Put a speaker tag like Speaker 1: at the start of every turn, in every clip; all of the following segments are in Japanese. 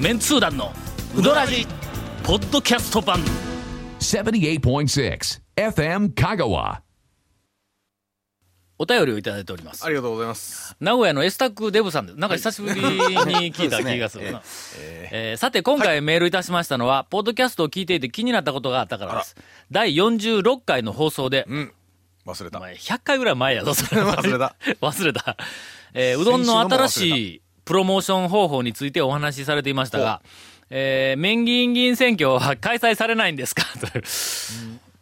Speaker 1: メンツー団のウドラジポッドキャスト版
Speaker 2: 78.6 FM Kagawa.
Speaker 1: お便りをいただいております
Speaker 3: ありがとうございます。
Speaker 1: 名古屋のエスタックデブさんですなんか久しぶりに聞いた気がするな、えーさて今回メールいたしましたのは、ポッドキャストを聞いていて気になったことがあったからです第46回の放送で、
Speaker 3: 忘れた
Speaker 1: お。前100回ぐらい前やぞそれ
Speaker 3: 忘れた
Speaker 1: 忘れた、えーうどんの新しいプロモーション方法についてお話しされていましたがえー、面議員議員選挙は開催されないんですかという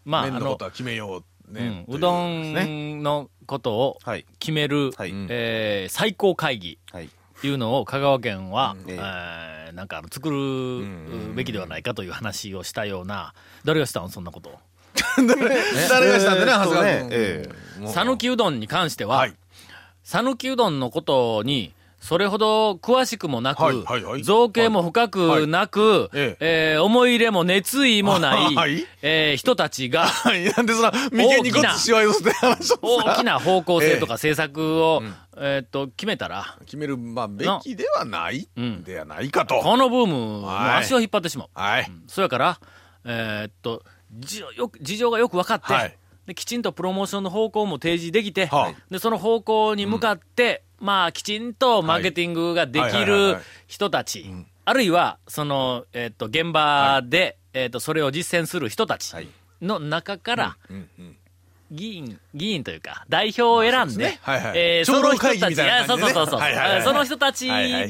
Speaker 1: まああ
Speaker 3: 麺の
Speaker 1: の
Speaker 3: ことは決めよう。
Speaker 1: う
Speaker 3: ね
Speaker 1: ん、。う
Speaker 3: と
Speaker 1: ど
Speaker 3: いうことですね
Speaker 1: んのことを
Speaker 4: はい
Speaker 1: 決める、
Speaker 4: はい
Speaker 1: えー最高会議
Speaker 4: はい。
Speaker 1: いうのを香川県は、
Speaker 4: ええ
Speaker 1: えーなんかあの作るべきではないかという話をしたような誰がしたのそんなことを
Speaker 3: 誰がしたんでね、長
Speaker 4: えー
Speaker 3: 谷
Speaker 4: っと
Speaker 3: 川
Speaker 4: ね
Speaker 3: 君。
Speaker 4: ええ
Speaker 1: 讃岐うどんに関しては
Speaker 3: はい
Speaker 1: 讃岐、うどんのことにそれほど詳しくもなく、
Speaker 3: はいはいはい
Speaker 1: 造形も深くなく、
Speaker 3: はいはいえ
Speaker 1: えー思い入れも熱意もない、
Speaker 3: はい
Speaker 1: えー人たちが
Speaker 3: はい。なんでそんな、眉間にごっつしわ寄せて話します
Speaker 1: 大き
Speaker 3: か
Speaker 1: な方向性とか政策を、えーっと決めたら、
Speaker 3: 決める、まあ、べきではない
Speaker 1: うん
Speaker 3: ではないかと。
Speaker 1: このブームの足を引っ張ってしまう。
Speaker 3: はい。
Speaker 1: そやから、えーっと事情よく事情がよく分かって、
Speaker 3: はい
Speaker 1: で、きちんとプロモーションの方向も提示できて、
Speaker 3: はあ
Speaker 1: でその方向に向かって、まあ、きちんとマーケティングがで
Speaker 3: はい
Speaker 1: き
Speaker 3: はいはいはい
Speaker 1: る
Speaker 3: はい
Speaker 1: 人たち、あるいはその、えーっと現場で、えーっとそれを実践する人たち
Speaker 4: はい
Speaker 1: の中から、
Speaker 3: うんうん
Speaker 1: 議員、議員というか、代表を選んで、
Speaker 3: そうですねはいはい
Speaker 1: えーそ
Speaker 3: 長
Speaker 1: の
Speaker 3: 老
Speaker 1: 人た
Speaker 3: 会
Speaker 1: ち、
Speaker 3: 議みたいな感じでね
Speaker 1: いやそうそうそうそう、
Speaker 3: はいはいはい
Speaker 1: えーその人たちで、
Speaker 3: はいいは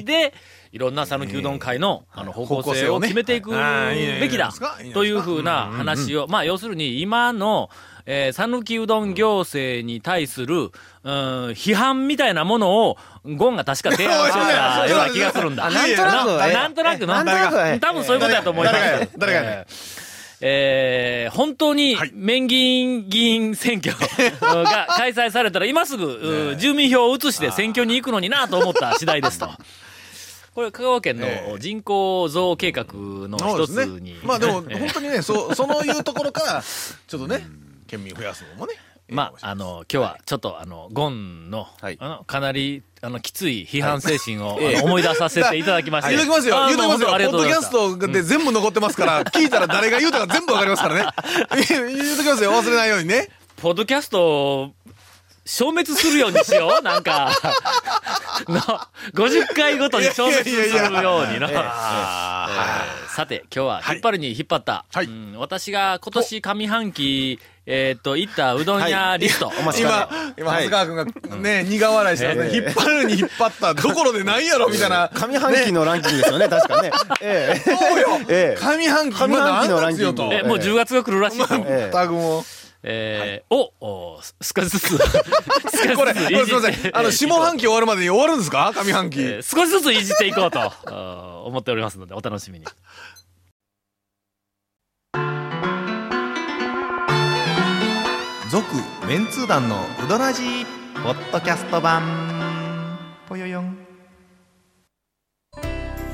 Speaker 3: い
Speaker 1: ろんな讃岐うどん会の,、あの方向
Speaker 3: 方向
Speaker 1: 性
Speaker 3: 性
Speaker 1: を
Speaker 3: をね
Speaker 1: 決めていく
Speaker 3: はいはい
Speaker 1: べきだ
Speaker 3: いいんじゃないですかいいんじゃないですか
Speaker 1: というふうな話を、まあ、要するに今の、えー、讃岐うどん行政に対する、うん、批判みたいなものを、ゴンが確か提案したような気がするんだ。
Speaker 3: あなんとなく
Speaker 1: ななんとなくな
Speaker 4: なんとなくはい
Speaker 1: 多分そういうことやと思います。
Speaker 3: 誰がや誰がやねん
Speaker 1: えーえー本当に
Speaker 3: はい、
Speaker 1: 面議員議員選挙が開催されたら、今す ぐ、う住民票を移して選挙に行くのになと思った次第です と。これ、香川県
Speaker 3: え
Speaker 1: の人口増計画の
Speaker 3: そう
Speaker 1: 一
Speaker 3: で
Speaker 1: つ
Speaker 3: す
Speaker 1: に
Speaker 3: ね。。まあでも、本当にね、そう、そのいうところから、ちょっとね、県民増やすのもね。
Speaker 1: まあ、あの、今日はちょっと、あの、ゴンの、
Speaker 4: はい
Speaker 1: あのかなり、あの、きつい批判精神 を、あの思い出させていただきました。
Speaker 3: 言うときますよ
Speaker 1: あ。
Speaker 3: 言うときます
Speaker 1: もう本
Speaker 3: よ。ポ
Speaker 1: 当ありが
Speaker 3: ッ
Speaker 1: とうご
Speaker 3: ド
Speaker 1: ざいま
Speaker 3: キャ
Speaker 1: し
Speaker 3: ス
Speaker 1: た
Speaker 3: トで全部残ってますから、聞いたら誰が言うたか全部わかります からね。言うときますよ。忘れないようにね。
Speaker 1: ポッドキャストを消滅するようにしよ うなんか、の、50回ごとに消滅するようにな。えーさて、今日は引っ張るに引っ張った、
Speaker 3: はい
Speaker 1: うん私が今年上半期、えーっと、行ったうどん
Speaker 4: は
Speaker 1: 屋リスト。
Speaker 4: お待ちか
Speaker 3: 今
Speaker 4: ね、
Speaker 3: 今、
Speaker 4: はい
Speaker 3: 長谷川君がね、苦笑いしてますね、引っ張るに引っ張ったどころでないやろ、みたい な。
Speaker 4: 上半期のランキングですよね、確かね。ええ
Speaker 3: そうよ
Speaker 4: ええ
Speaker 3: 上半期、
Speaker 4: 上半期の
Speaker 3: 今
Speaker 4: ラ
Speaker 3: 何月
Speaker 4: ンキング
Speaker 3: よと。
Speaker 1: えもう
Speaker 4: えー
Speaker 1: 10月が来るらしいですよ。
Speaker 4: え
Speaker 3: タグも。
Speaker 1: えーを、おす少しず つ、少しずつ
Speaker 3: これ、こ
Speaker 1: い
Speaker 3: れす
Speaker 1: じ
Speaker 3: いま
Speaker 1: っ
Speaker 3: せ
Speaker 1: て
Speaker 3: ん。あの、下半期終わるまでに終わるんですか上半
Speaker 1: え
Speaker 3: 期。
Speaker 1: ー少しずついじっていこうと あー思っておりますのでお楽しみに。
Speaker 4: 続、メンツー団のうどらじポッドキャスト版。ぽよよん。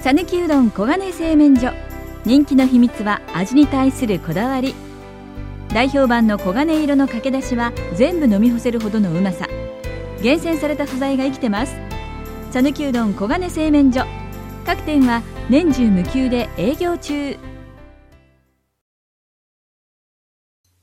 Speaker 5: さぬきうどん黄金製麺所人気の秘密は味に対するこだわり代表版の黄金色のかけだしは全部飲み干せるほどのうまさ厳選された素材が生きてます「さぬきうどん黄金製麺所」各店は年中無休で営業中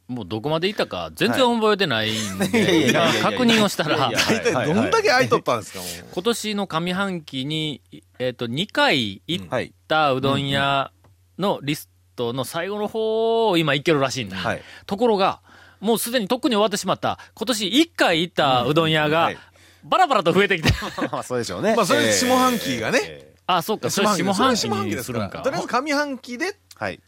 Speaker 1: もうどこまで行ったか全然覚えてないんで、
Speaker 4: いやいやいやいやいや
Speaker 1: 確認をしたら
Speaker 4: いやいや、
Speaker 3: 大体、どんだけ空いとったんですかも
Speaker 1: 今年の上半期に、えっ、と、2回行っ
Speaker 4: はい。
Speaker 1: たうどん屋のリストの最後の方を今行けるらしいんだ。
Speaker 4: はい。
Speaker 1: ところが、もうすでにとっくに終わってしまった、今年1回行ったうどん屋が、
Speaker 4: はい
Speaker 1: バラバラと増えてきて、
Speaker 4: まあ、そうでしょうね。
Speaker 3: まあそれ
Speaker 4: ええ
Speaker 3: 下半期がね
Speaker 4: え
Speaker 1: あ、そうか、
Speaker 3: う。
Speaker 1: それ下半期
Speaker 3: 下半期で
Speaker 1: に
Speaker 3: す
Speaker 1: す
Speaker 3: か
Speaker 1: る
Speaker 3: ら。
Speaker 1: んか。
Speaker 3: とりあえず上半期で、
Speaker 4: えはい。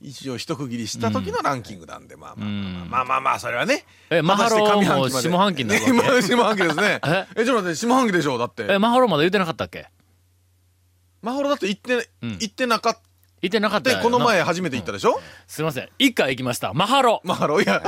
Speaker 3: 一応一区切りした時のランキングなんで、まあまあまあ
Speaker 1: うん
Speaker 3: まあまあまあ、それはね。
Speaker 1: え、マハロ
Speaker 3: 果たし
Speaker 1: ー
Speaker 3: て上半
Speaker 1: も
Speaker 3: 期まで
Speaker 1: 下半期になるわ
Speaker 3: ね
Speaker 1: け
Speaker 3: 今下半期ですね
Speaker 1: え。
Speaker 3: え、ちょっと待って、下半期でしょ、だって。
Speaker 1: え、マハローまだ言ってなかったっけ
Speaker 3: マホロだって行って、
Speaker 1: うん
Speaker 3: 行ってなかっ
Speaker 1: 言ってなかった
Speaker 3: て
Speaker 1: よ、な
Speaker 3: この前初めて行ったでしょ、
Speaker 1: すいません。一回行きました。マハロ。
Speaker 3: マハロい や。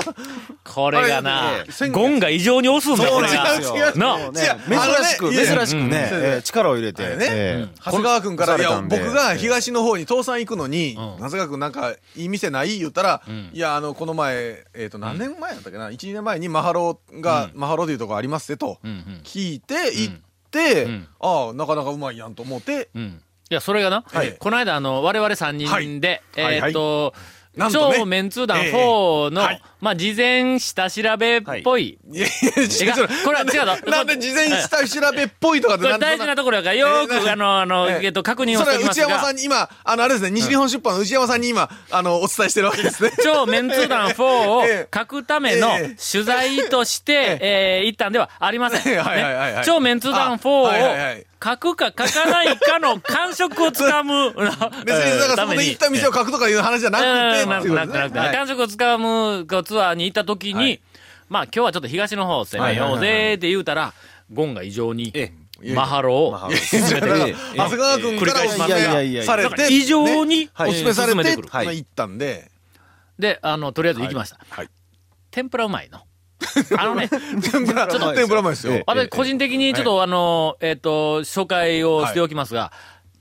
Speaker 1: これがな
Speaker 3: あれね、先月
Speaker 1: ゴンが異常に押すんだよ、これが。
Speaker 3: 違う違う
Speaker 1: なあ
Speaker 4: もうね
Speaker 3: 違う
Speaker 4: 珍し
Speaker 3: あの
Speaker 4: く、
Speaker 3: ねいや
Speaker 4: 珍しくね、
Speaker 3: うん
Speaker 4: ええ力を入れて。
Speaker 3: あれね
Speaker 4: ええ
Speaker 3: 長谷川君から、い
Speaker 4: 押され
Speaker 3: や、
Speaker 4: たんで
Speaker 3: 僕 が東の方に倒産行くのに、
Speaker 1: ん
Speaker 3: 長谷川君なんかいい店ない言ったら、
Speaker 1: ん
Speaker 3: いや、あの、この前、えっ、と、何年前だったっけな、1、2年前にマハロが、マハロというとこありますってと
Speaker 1: うんうん
Speaker 3: 聞いて、行って、
Speaker 1: ん
Speaker 3: ああ、なかなかうまいやんと思って、
Speaker 1: うん。いや、それがな、
Speaker 3: はい
Speaker 1: この間、あの、我々3人で、
Speaker 3: はい
Speaker 1: えーっと、
Speaker 3: なんとね
Speaker 1: 超メンツー団4の、
Speaker 3: ええはい
Speaker 1: まあ、事前下調べっぽい。
Speaker 3: いやいや
Speaker 1: 違う
Speaker 3: ちょっと
Speaker 1: これは違う
Speaker 3: なん
Speaker 1: の
Speaker 3: でなんで事前下調べっぽいとかって
Speaker 1: これ
Speaker 3: んで
Speaker 1: 大事なところやから、よ
Speaker 3: え
Speaker 1: ー
Speaker 3: え
Speaker 1: く、あの、あの、
Speaker 3: ええ
Speaker 1: えっと、確認を
Speaker 3: そ
Speaker 1: してお
Speaker 3: れ
Speaker 1: きま
Speaker 3: 内
Speaker 1: す
Speaker 3: 山さ
Speaker 1: が
Speaker 3: ん、に今、あの、あれですね、西日本出版の内山さんに今、あの、お伝えしてるわけで すね。
Speaker 1: 超メンツー団4
Speaker 3: え
Speaker 1: を書くための
Speaker 3: ええ
Speaker 1: 取材として、えー、行ったんではありません。
Speaker 3: ええ はいはいはいはい
Speaker 1: ね超メンツー団4
Speaker 3: あはいはいは
Speaker 1: を
Speaker 3: い
Speaker 1: 書くか書かないかの感触をつかむ
Speaker 3: 別に、だから
Speaker 1: た
Speaker 3: そこ
Speaker 1: め
Speaker 3: で
Speaker 1: に
Speaker 3: 行った店を書くとかいう話じゃなくて、
Speaker 1: なん
Speaker 3: って
Speaker 1: か
Speaker 3: いうこ
Speaker 1: な
Speaker 3: と
Speaker 1: んか
Speaker 3: です
Speaker 1: なん
Speaker 3: ね
Speaker 1: か
Speaker 3: はい
Speaker 1: 感触をつかむこうツアーに行った時
Speaker 3: は
Speaker 1: に
Speaker 3: い、
Speaker 1: まあ今日はちょっと東の方を攻めようぜって言うたら、ゴンが異常に
Speaker 3: ええ
Speaker 1: マハロを
Speaker 4: マハロ
Speaker 1: 勧めてく
Speaker 3: だから
Speaker 1: る。
Speaker 3: 長谷川君からおすす
Speaker 4: いやいやいやい
Speaker 3: め
Speaker 4: や
Speaker 3: され
Speaker 1: なんか
Speaker 3: て、
Speaker 1: 異常に
Speaker 3: おすすめされ
Speaker 1: 進め
Speaker 3: て、
Speaker 1: てくる。
Speaker 3: まあ行ったんで、
Speaker 1: で、あの、とりあえず行きました。
Speaker 3: はい
Speaker 1: 天ぷらうまい の。あのね、
Speaker 3: 天ぷら、
Speaker 1: ちょっと
Speaker 3: 天ぷらうまいですよ。
Speaker 1: 私個人的にちょっとあの、えっと、紹介をしておきますが、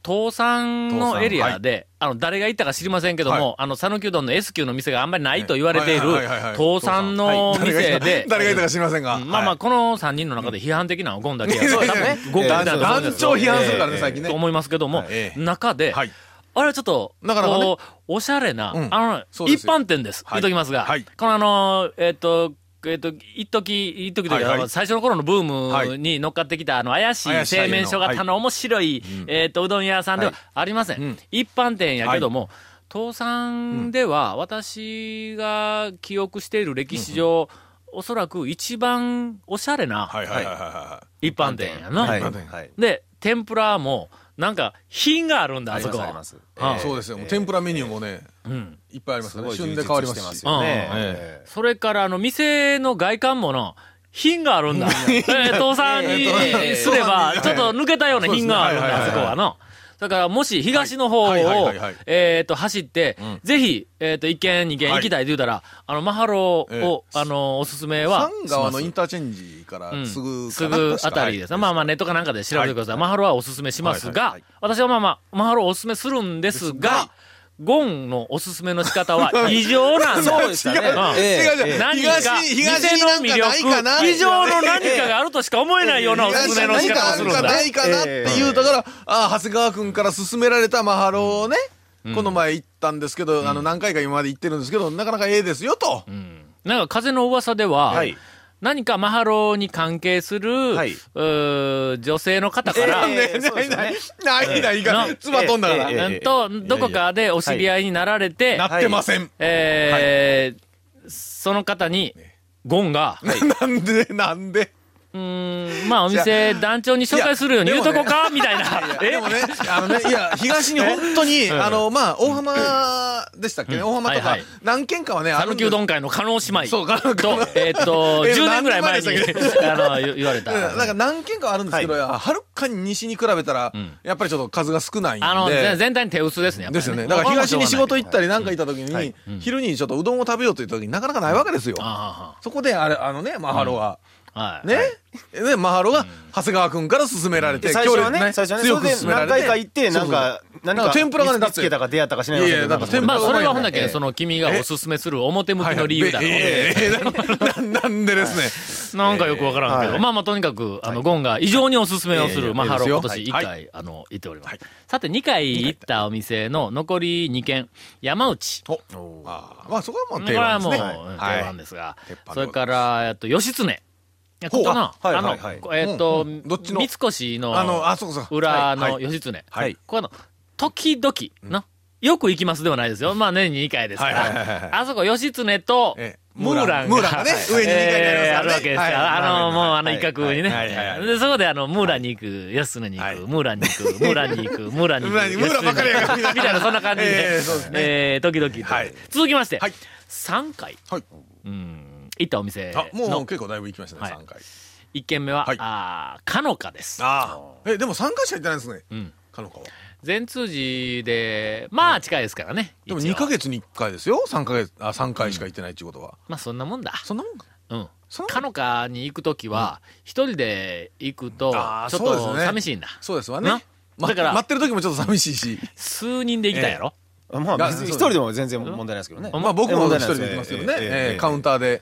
Speaker 1: 倒産のエリアで、あの、誰が行ったか知りませんけど
Speaker 3: は
Speaker 1: も、あの、讃岐うどんの S 級の店があんまりないと言われている
Speaker 3: はいはいはいはい、
Speaker 1: 倒産の
Speaker 3: 誰が
Speaker 1: 店
Speaker 3: いた
Speaker 1: で
Speaker 3: か、誰がいたか知りませんが。
Speaker 1: うんまあま
Speaker 3: は
Speaker 1: あ、この3人の中で批判的なのはゴンだけや
Speaker 3: い。
Speaker 1: 多
Speaker 3: そう
Speaker 1: 分
Speaker 3: ですね
Speaker 1: ごく
Speaker 3: 団
Speaker 1: だ
Speaker 3: 長
Speaker 1: と思うんですよ
Speaker 3: 団長批判するから
Speaker 1: え
Speaker 3: ね、
Speaker 1: え
Speaker 3: 最近ね
Speaker 1: と。思いますけども、
Speaker 3: ええ
Speaker 1: 中で、
Speaker 3: はい
Speaker 1: あれはちょっと、
Speaker 3: なかなかね
Speaker 1: こうおしゃれな、
Speaker 3: うん
Speaker 1: あのね、
Speaker 3: そうで
Speaker 1: 一
Speaker 3: すよ
Speaker 1: 般店です。言
Speaker 3: はい
Speaker 1: っときますが、
Speaker 3: はい
Speaker 1: このあの、えっ、と、えっと、一時、一時というか、
Speaker 3: はいはい
Speaker 1: 最初の頃のブームに乗っかってきた、あの、怪しい
Speaker 3: 怪しい
Speaker 1: 製麺所型の面白い、えっと、うどん屋さんではありません。
Speaker 3: うん
Speaker 1: 一般店やけども、倒産では、私が記憶している歴史上、おそらく一番おしゃれな
Speaker 3: はいはいはいはいは
Speaker 1: 一般店やな。
Speaker 4: はい。
Speaker 3: なんで
Speaker 4: はい。
Speaker 1: で、天ぷらも、なんか、品があるんだ、あ
Speaker 4: あり
Speaker 1: そ
Speaker 4: ま
Speaker 1: こ
Speaker 4: すあり
Speaker 1: は
Speaker 4: ま。す。
Speaker 1: あ
Speaker 3: い。そうですよ。もう天ぷらメニューもね、
Speaker 1: うん。
Speaker 3: いっぱいあります
Speaker 4: す
Speaker 3: から
Speaker 4: ご
Speaker 3: ね。
Speaker 4: い
Speaker 3: 旬
Speaker 4: 充実
Speaker 3: で
Speaker 4: して
Speaker 3: 変わります
Speaker 4: ま
Speaker 3: し
Speaker 4: す。よね。
Speaker 1: うん
Speaker 4: え
Speaker 1: それから、あの、店の外観もな、品があるんだ。えー倒産に
Speaker 4: えー
Speaker 1: すれば
Speaker 3: え、ー
Speaker 1: ちょっと抜けたような品があるん
Speaker 3: そうです
Speaker 1: だ、あ
Speaker 3: ね
Speaker 1: そこはな。だから、もし東の方を
Speaker 3: はいはいはいはいはい、
Speaker 1: えっと、走って、ぜひ、えっと、一軒、二軒行きたいって言うたら、あの、マハロ
Speaker 3: ええ
Speaker 1: を、あの、おすすめは
Speaker 3: 三、川のインターチェンジからすぐ
Speaker 1: す
Speaker 3: かな、
Speaker 1: ぐ
Speaker 3: 確か
Speaker 1: あたりですね。
Speaker 3: はい
Speaker 1: まあまあネットかなんかで調べてください。マハロはおすすめしますが、
Speaker 4: はい
Speaker 1: 私はまあまあ、マハロをおすすめするんです
Speaker 3: ですが
Speaker 1: が、ゴンのおすすめの仕方は異常なんだ。
Speaker 4: そうでしたね
Speaker 1: ん
Speaker 4: え
Speaker 3: 違
Speaker 4: え
Speaker 3: う違う
Speaker 1: 何か、
Speaker 3: 東に、東になんかないかな。
Speaker 1: 異常の何かがあるとしか思えないようなおす
Speaker 3: 東
Speaker 1: すめ
Speaker 3: に
Speaker 1: の仕
Speaker 3: 何
Speaker 1: 方
Speaker 3: か
Speaker 1: を
Speaker 3: あ
Speaker 1: す
Speaker 3: る
Speaker 1: るん
Speaker 3: か
Speaker 1: だ。
Speaker 3: ないかなって言うだから、ああ、長谷川君から勧められたマハロをね、この前行ったんですけど、あの、何回か今まで行ってるんですけど、なかなかええですよと。
Speaker 1: なんか風の噂では、
Speaker 4: はい
Speaker 1: 何かマハロに関係する、
Speaker 4: はいう
Speaker 1: ー女性の方から、
Speaker 4: ええそ うですね
Speaker 3: ないない
Speaker 1: え
Speaker 3: か
Speaker 1: え
Speaker 3: ら、妻飛んだか
Speaker 4: えええ
Speaker 3: ら。
Speaker 1: うんと、どこかでお知り合いになられて、
Speaker 3: なってません。
Speaker 1: えーその方に、ゴンが、
Speaker 3: なんで、なんで。
Speaker 1: うーん、まあお店団長に紹介するように言うとこか、みたいな。
Speaker 3: でもね、あのね、いや、東に本当に、あの、まあ、大浜でしたっけね、大浜と
Speaker 1: は
Speaker 3: か
Speaker 1: いはい、
Speaker 3: 何軒かはね、あ
Speaker 1: 讃
Speaker 3: るん
Speaker 1: 岐
Speaker 3: です
Speaker 1: うどん会の加納姉妹
Speaker 3: そう加納
Speaker 1: と、えーっと、
Speaker 3: えー
Speaker 1: 10年ぐらい前に
Speaker 3: 何年前、
Speaker 1: あの、言言われた。
Speaker 3: うんなんか何軒かはあるんですけど、はるかに西に比べたら、やっぱりちょっと数が少ないんで。
Speaker 1: あの、全全体に手薄ですね、やっぱ
Speaker 3: で
Speaker 1: り
Speaker 3: すよ
Speaker 1: ね
Speaker 3: ね。だから東に仕事
Speaker 1: 行
Speaker 3: 行ったりなんか行った時に、昼にちょっとうどんを食べようといった時になかなかないわけですよ。
Speaker 1: あ
Speaker 3: そこで、あれ、あのね、マハロが、
Speaker 1: あはい。
Speaker 3: ね、ね、マハロが、長谷川くんから勧められ
Speaker 4: えで
Speaker 3: て、
Speaker 4: 最初はね、最初
Speaker 3: 強烈強
Speaker 4: はね、そ
Speaker 3: く
Speaker 4: れ
Speaker 3: 勧
Speaker 4: で
Speaker 3: めら
Speaker 4: 何
Speaker 3: れて。
Speaker 4: 回か行って、なん
Speaker 3: そうそう
Speaker 4: か、何
Speaker 3: なん
Speaker 4: か、
Speaker 3: か天ぷらがね
Speaker 4: 見つけたか出会ったかしないましたけ
Speaker 3: いやいやだから
Speaker 4: ど
Speaker 3: 天ぷ
Speaker 1: ま
Speaker 3: ら
Speaker 1: あ、それはほんだ
Speaker 4: え
Speaker 1: け、
Speaker 4: え
Speaker 1: その、君がおすすめする表向きの理由だろう。
Speaker 3: ええええななんでですね。
Speaker 1: なんかよくわからんけど、
Speaker 4: ええ
Speaker 1: まあまあとにかく、あの、ゴンが異常におすすめをす
Speaker 3: え
Speaker 1: る、
Speaker 3: え
Speaker 1: マハロ、
Speaker 3: ええ
Speaker 1: 今年1
Speaker 3: ですよ
Speaker 1: 回、
Speaker 3: は
Speaker 1: あの、行っております。
Speaker 3: はい
Speaker 1: さて、2回行ったお店の残り2軒、山内。
Speaker 3: おあーまあそこは
Speaker 1: こ
Speaker 3: もう
Speaker 1: れ
Speaker 3: 定
Speaker 1: は
Speaker 3: 番
Speaker 1: もう、
Speaker 3: です
Speaker 1: 定
Speaker 3: ね。
Speaker 1: 番ですが、
Speaker 3: 鉄板
Speaker 1: それから、えっと、義経。いやここな、
Speaker 4: ほうあ
Speaker 1: あの、
Speaker 4: はいはい
Speaker 1: えっと、
Speaker 3: うんうんどっちの
Speaker 1: 三越の
Speaker 3: あの、あ、そうそう。
Speaker 1: 裏
Speaker 3: はい
Speaker 1: の
Speaker 3: はい
Speaker 1: 義経。
Speaker 3: はい
Speaker 1: ここはあの、時々、な、よく行きますではないですよ。まあ年に2回ですか
Speaker 3: はいはいはいはい
Speaker 1: ら。あそこ、義経と
Speaker 3: ええ、
Speaker 1: ムーランが。
Speaker 3: ムーランがね上に二階にありますからね
Speaker 1: ええあるわけですから。
Speaker 3: はい
Speaker 1: あの、もうあの
Speaker 4: はい
Speaker 1: 一角にね。
Speaker 4: はいはいはい
Speaker 1: で、そこであの、ムーランに行く、義経に
Speaker 3: はい
Speaker 1: 行く、ムーランに行く、ムーランに行く、ムーランに行
Speaker 3: ムーラン
Speaker 1: く。
Speaker 3: にムーランばっかりやか
Speaker 1: 義経
Speaker 3: ら
Speaker 1: に行くみたいな、そんな感じで。
Speaker 3: ええそうですね
Speaker 1: ええ、時々と
Speaker 3: はい。
Speaker 1: 続きまして
Speaker 3: はい、
Speaker 1: 3回、
Speaker 3: はい。
Speaker 1: うん、行ったお店
Speaker 3: あ、もう
Speaker 1: の
Speaker 3: 結構だいぶ行きましたね、
Speaker 1: はい
Speaker 3: 3回。
Speaker 1: 1軒目は
Speaker 3: はい、
Speaker 1: あーかのかです。
Speaker 3: ああ。え、でも3回しか行ってないんですね。
Speaker 1: うん。
Speaker 3: かのかは。
Speaker 1: 全通寺で、まあ近いですからね。
Speaker 3: でも
Speaker 1: 一応
Speaker 3: 2ヶ月に1回ですよ。3ヶ月、あ、3回しか行ってないっていうことは。
Speaker 1: まあそんなもんだ。
Speaker 3: そんなもんか。
Speaker 1: うん。
Speaker 3: そんな
Speaker 1: か
Speaker 3: もん
Speaker 1: のかに行くときは、一人で行くと、ち
Speaker 3: あー
Speaker 1: ょっ
Speaker 3: そうです
Speaker 1: と
Speaker 3: ね
Speaker 1: 寂しいんだ。
Speaker 3: そうですわ
Speaker 1: な
Speaker 3: ね。ま
Speaker 1: だから
Speaker 3: 待ってる時もちょっと寂しいし。
Speaker 1: 数人で行きたいやろ
Speaker 4: まあ、別に一人でも全然問題ないですけどね。
Speaker 1: あ
Speaker 3: まあ僕も
Speaker 4: 問
Speaker 3: 一
Speaker 4: 題ない
Speaker 3: 人で行きますけどね。
Speaker 4: ええええ
Speaker 3: ええカウンターで。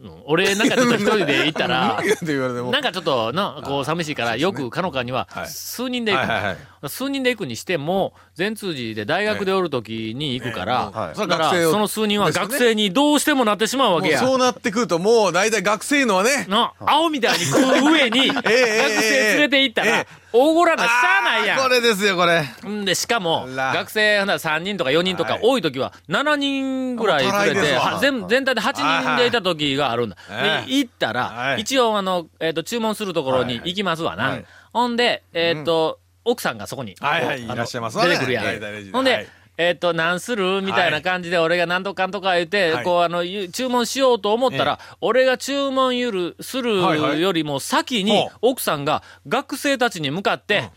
Speaker 1: うん俺なんかちょっと一人で行 ったら
Speaker 3: いやって言われても。
Speaker 1: なんかちょっとなこう寂しいからよくかのかには
Speaker 3: はい
Speaker 1: 数人で行く、
Speaker 3: はいはい
Speaker 1: 数人で行くにしても全通寺で大学でおる時に行くから、
Speaker 3: ええはい
Speaker 1: だから
Speaker 3: それは学生を
Speaker 1: その数人は
Speaker 3: ですね
Speaker 1: 学生にどうしてもなってしまうわ
Speaker 3: も
Speaker 1: け
Speaker 3: う
Speaker 1: や。
Speaker 3: そうなってくると、もう大体学生のはね、
Speaker 1: な青みたいに食う上に学生連れて行った
Speaker 3: え
Speaker 1: ら
Speaker 3: え
Speaker 1: 大ごらなしゃあないやん
Speaker 3: あーこれですよ、これ。
Speaker 1: うんで、しかも、
Speaker 3: あら
Speaker 1: 学生、ほんなら3人とか4人とか
Speaker 3: は、い
Speaker 1: 多い時は7人ぐらい
Speaker 3: もう足
Speaker 1: 連れ
Speaker 3: りないで
Speaker 1: て、
Speaker 3: すわ
Speaker 1: は全全体で8人でいた時があるんだ。
Speaker 3: はいはい
Speaker 1: で、行ったら
Speaker 3: は、い
Speaker 1: 一応、あの、えっと、注文するところに行きますわ
Speaker 3: は。
Speaker 1: ないほんで、えっと、奥さんがそこに、
Speaker 3: はいはい
Speaker 1: こうあの
Speaker 3: いらっしゃいますわ
Speaker 1: 出
Speaker 3: ね
Speaker 1: てくるやん
Speaker 3: はい大事。
Speaker 1: ほん
Speaker 3: は
Speaker 1: で
Speaker 3: い、
Speaker 1: えっと、何するみたいな感じで、俺が何とかんとか言って
Speaker 3: は、い
Speaker 1: こう、あの、ゆ注文しようと思ったら、俺が注文ゆる、する
Speaker 3: はいはい
Speaker 1: よりも先に
Speaker 3: ほう、
Speaker 1: 奥さんが学生たちに向かって、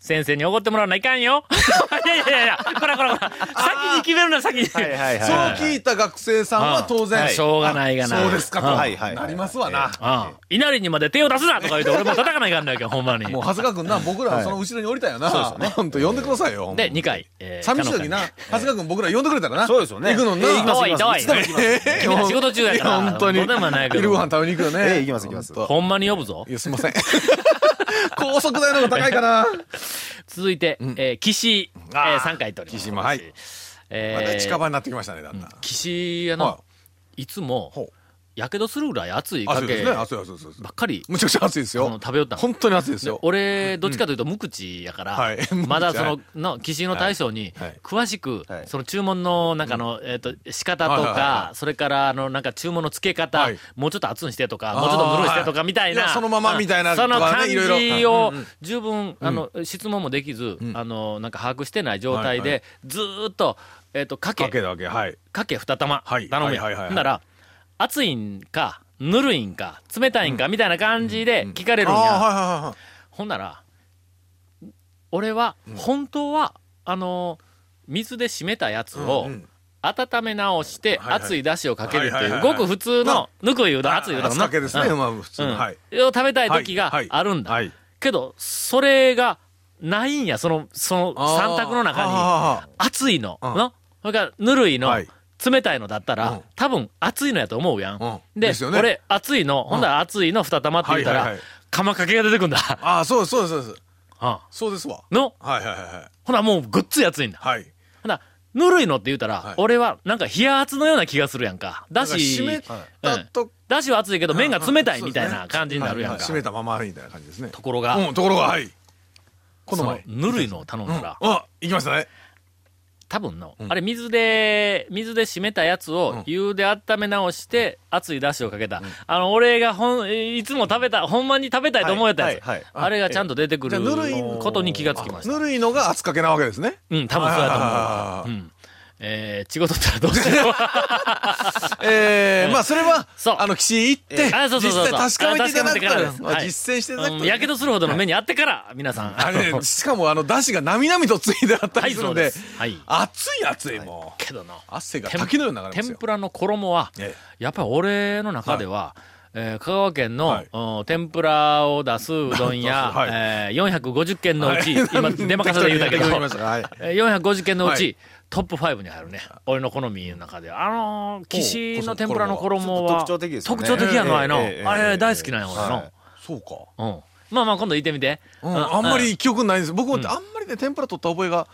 Speaker 1: 先生におごってもらわないかんよ。 いやいやいやいや、こらこらこら、先に決めるな、先に。
Speaker 4: はい
Speaker 3: そう聞いた学生さんは当
Speaker 1: ああ
Speaker 3: 然。
Speaker 1: しょうがないがな
Speaker 3: あそうですか
Speaker 1: うん
Speaker 3: と。
Speaker 4: はいはい
Speaker 3: なりますわな。
Speaker 1: ああ稲荷にまで手を出すなとか言うて、俺も叩かないかんのやけん、ほんまに。
Speaker 3: もう、長谷川君な、僕らその後ろに降りたよな。ほんと、呼んでくださいよ。ほんま
Speaker 1: で、2回。えー
Speaker 3: 寂しい時な、長谷川君僕ら呼んでくれたらな。
Speaker 4: そうですよね
Speaker 3: 行くのにな。
Speaker 1: えー行きます行きます
Speaker 3: つでも行きます
Speaker 1: えー君ら仕事中やから
Speaker 3: い本当に。
Speaker 1: どうでもないけど
Speaker 3: 昼ご飯食べに行くよね。
Speaker 4: えー行きます行きます
Speaker 3: ほんと
Speaker 1: ほんまに呼ぶぞ
Speaker 3: い。や、すいません。高速代の方が高いかな。
Speaker 1: 続いて、えー岸井、え
Speaker 3: ああ
Speaker 1: 3回とります。
Speaker 3: 岸もはい。ま
Speaker 1: え
Speaker 3: た近
Speaker 1: ー、
Speaker 3: 場になってきましたね、だんだん。
Speaker 1: 岸や
Speaker 3: はい
Speaker 1: ないつも
Speaker 3: ほ、
Speaker 1: やけどするぐらい熱いか
Speaker 3: 暑いで
Speaker 1: け
Speaker 3: すね、
Speaker 1: ばっ
Speaker 3: 暑い暑い暑い。
Speaker 1: かり、
Speaker 3: むちゃくちゃ暑いです
Speaker 1: あの
Speaker 3: よ。
Speaker 1: 食べよったん
Speaker 3: 本当に暑いです
Speaker 1: で
Speaker 3: よ。
Speaker 1: 俺、どっちかというと無口やから、
Speaker 3: はい
Speaker 1: まだそ
Speaker 3: は
Speaker 1: の
Speaker 3: い、
Speaker 1: の、岸の大将に
Speaker 3: はい、
Speaker 1: 詳しく
Speaker 4: は、い
Speaker 1: その注文の、なんかあの、えっと、仕方と
Speaker 3: はいはいはい
Speaker 1: か、それから、あの、なんか注文の付け方
Speaker 3: はい、
Speaker 1: もうちょっと熱にしてとか、
Speaker 3: あー
Speaker 1: もうちょっとぬるいしてとか、みたい
Speaker 3: い
Speaker 1: な。
Speaker 3: やそのまま
Speaker 1: うん
Speaker 3: みたいな
Speaker 1: その
Speaker 3: とか
Speaker 1: 感
Speaker 3: ねいろいろ
Speaker 1: じを、十分、あの、質問もできず、あの、なんか把握してない状態
Speaker 3: は
Speaker 1: で、ずーっと、えっと、か
Speaker 3: かけ
Speaker 1: け、
Speaker 3: だけ、はい。
Speaker 1: かけ二玉、
Speaker 3: は
Speaker 1: 頼
Speaker 3: い
Speaker 1: む
Speaker 3: はいはいはい
Speaker 1: よ。
Speaker 3: はい
Speaker 1: ほんなら、熱いんか、ぬるいんか、冷たいんか、みたいな感じで聞かれるんや。
Speaker 3: あ
Speaker 1: ほんなら、俺は、本当は、あの、水で締めたやつ
Speaker 3: ーはいはいは
Speaker 1: を
Speaker 3: いう、ん
Speaker 1: 温め直して、
Speaker 3: はいはい
Speaker 1: 熱い出汁をかけるって
Speaker 3: はいはい
Speaker 1: い
Speaker 3: は
Speaker 1: う、
Speaker 3: いは
Speaker 1: ご
Speaker 3: い
Speaker 1: く普通の、ぬくいうどん、熱いうどん
Speaker 3: 厚
Speaker 1: な
Speaker 3: かけですね、まあ普通
Speaker 1: うん
Speaker 3: の。はい。
Speaker 1: うんを食べたい時があるんだ。
Speaker 3: はいはい
Speaker 1: けど、それが、ないんや、その、その、三択の中に、
Speaker 3: に。
Speaker 1: 熱いの、
Speaker 3: うん
Speaker 1: なそれから、ぬるいの、
Speaker 3: はい
Speaker 1: 冷たいのだったら、
Speaker 3: うん
Speaker 1: 多分、熱いのやと思うやん。
Speaker 3: うん
Speaker 1: で
Speaker 3: ですよね
Speaker 1: 俺、熱いの、ほんなら熱いの二玉って言ったら、
Speaker 3: はいはいはい
Speaker 1: 釜かけが出てくんだ。
Speaker 3: ああ、そうです、そうです、そうです。
Speaker 1: うん
Speaker 3: そうですわ。
Speaker 1: の、
Speaker 3: はいはいはいはい。
Speaker 1: ほなもうごっつい熱いんだ。
Speaker 3: はい。
Speaker 1: ほな、ぬるいのって言うたら、
Speaker 3: はい
Speaker 1: 俺はなんか冷圧のような気がするやんか。だし、
Speaker 3: なんか締めたと、
Speaker 1: だしは熱いけど麺が冷たいみたい
Speaker 3: うんう
Speaker 1: なん感じになるやん
Speaker 3: はい
Speaker 1: か。
Speaker 3: 締めたままみたいな感じですね。
Speaker 1: ところが、
Speaker 3: うん、ところが、はい。こ
Speaker 1: そ
Speaker 3: の
Speaker 1: の
Speaker 3: 前。
Speaker 1: ぬるいのを頼んだら、
Speaker 3: あ、行きましたね。
Speaker 1: 多分の、あれ水で、水で締めたやつを湯で温め直して、熱いだしをかけた。あの、俺がほん、いつも食べた、ほんまに食べたいと思えたやつ。
Speaker 4: はいはいはい
Speaker 1: あれがちゃんと出てくる
Speaker 3: じゃあぬるいの
Speaker 1: ことに気がつきました。
Speaker 3: ぬるいのが厚かけなわけですね。
Speaker 1: うん、多分そうやと思うわ
Speaker 3: あ。
Speaker 1: う
Speaker 3: ー
Speaker 1: ん。えー、仕事ったらどうしよう。
Speaker 3: ええ、まあそれは
Speaker 1: そう、
Speaker 3: あの、岸行って、実
Speaker 1: あそうそうそうそう
Speaker 3: 際確かめていただく
Speaker 1: あ確かめてか
Speaker 3: からら
Speaker 1: で
Speaker 3: ですす。
Speaker 1: はい
Speaker 3: 実践していただく
Speaker 1: うん
Speaker 3: と。
Speaker 1: やけどするほどの目にあってから、皆さん。
Speaker 3: あれね、しかもあの、出汁がなみなみとついてあったりするん
Speaker 1: は
Speaker 3: で
Speaker 1: いそうですはい、
Speaker 3: 熱い熱いもう。
Speaker 1: けどな。
Speaker 3: 汗が
Speaker 1: 天
Speaker 3: 滝のように流れます
Speaker 1: 天
Speaker 3: よ。
Speaker 1: ぷらの衣は、
Speaker 3: え
Speaker 1: やっぱり俺の中では、えー香川県の、
Speaker 3: はい
Speaker 1: うん天ぷらを出すうどん屋、
Speaker 3: はい
Speaker 1: えー450軒のうち、
Speaker 3: はい
Speaker 1: 今、出まかせで言うたけど、
Speaker 3: 適当に言いました
Speaker 4: はい
Speaker 1: えー450軒のうち、
Speaker 3: はい
Speaker 1: トップ5に入るね。俺の好みの中で。あのー、岸の天ぷらの衣は、
Speaker 4: 特徴的ですよね
Speaker 1: 特徴的やのあれの、
Speaker 4: ええええええ
Speaker 1: あれ大好きなんや、俺の。
Speaker 4: は
Speaker 3: そうか。
Speaker 1: うん。まあまあ、今度行ってみて。
Speaker 3: う、
Speaker 1: うんん
Speaker 3: あんまり記憶ないんです。僕もあんまりね、天ぷら取った覚えが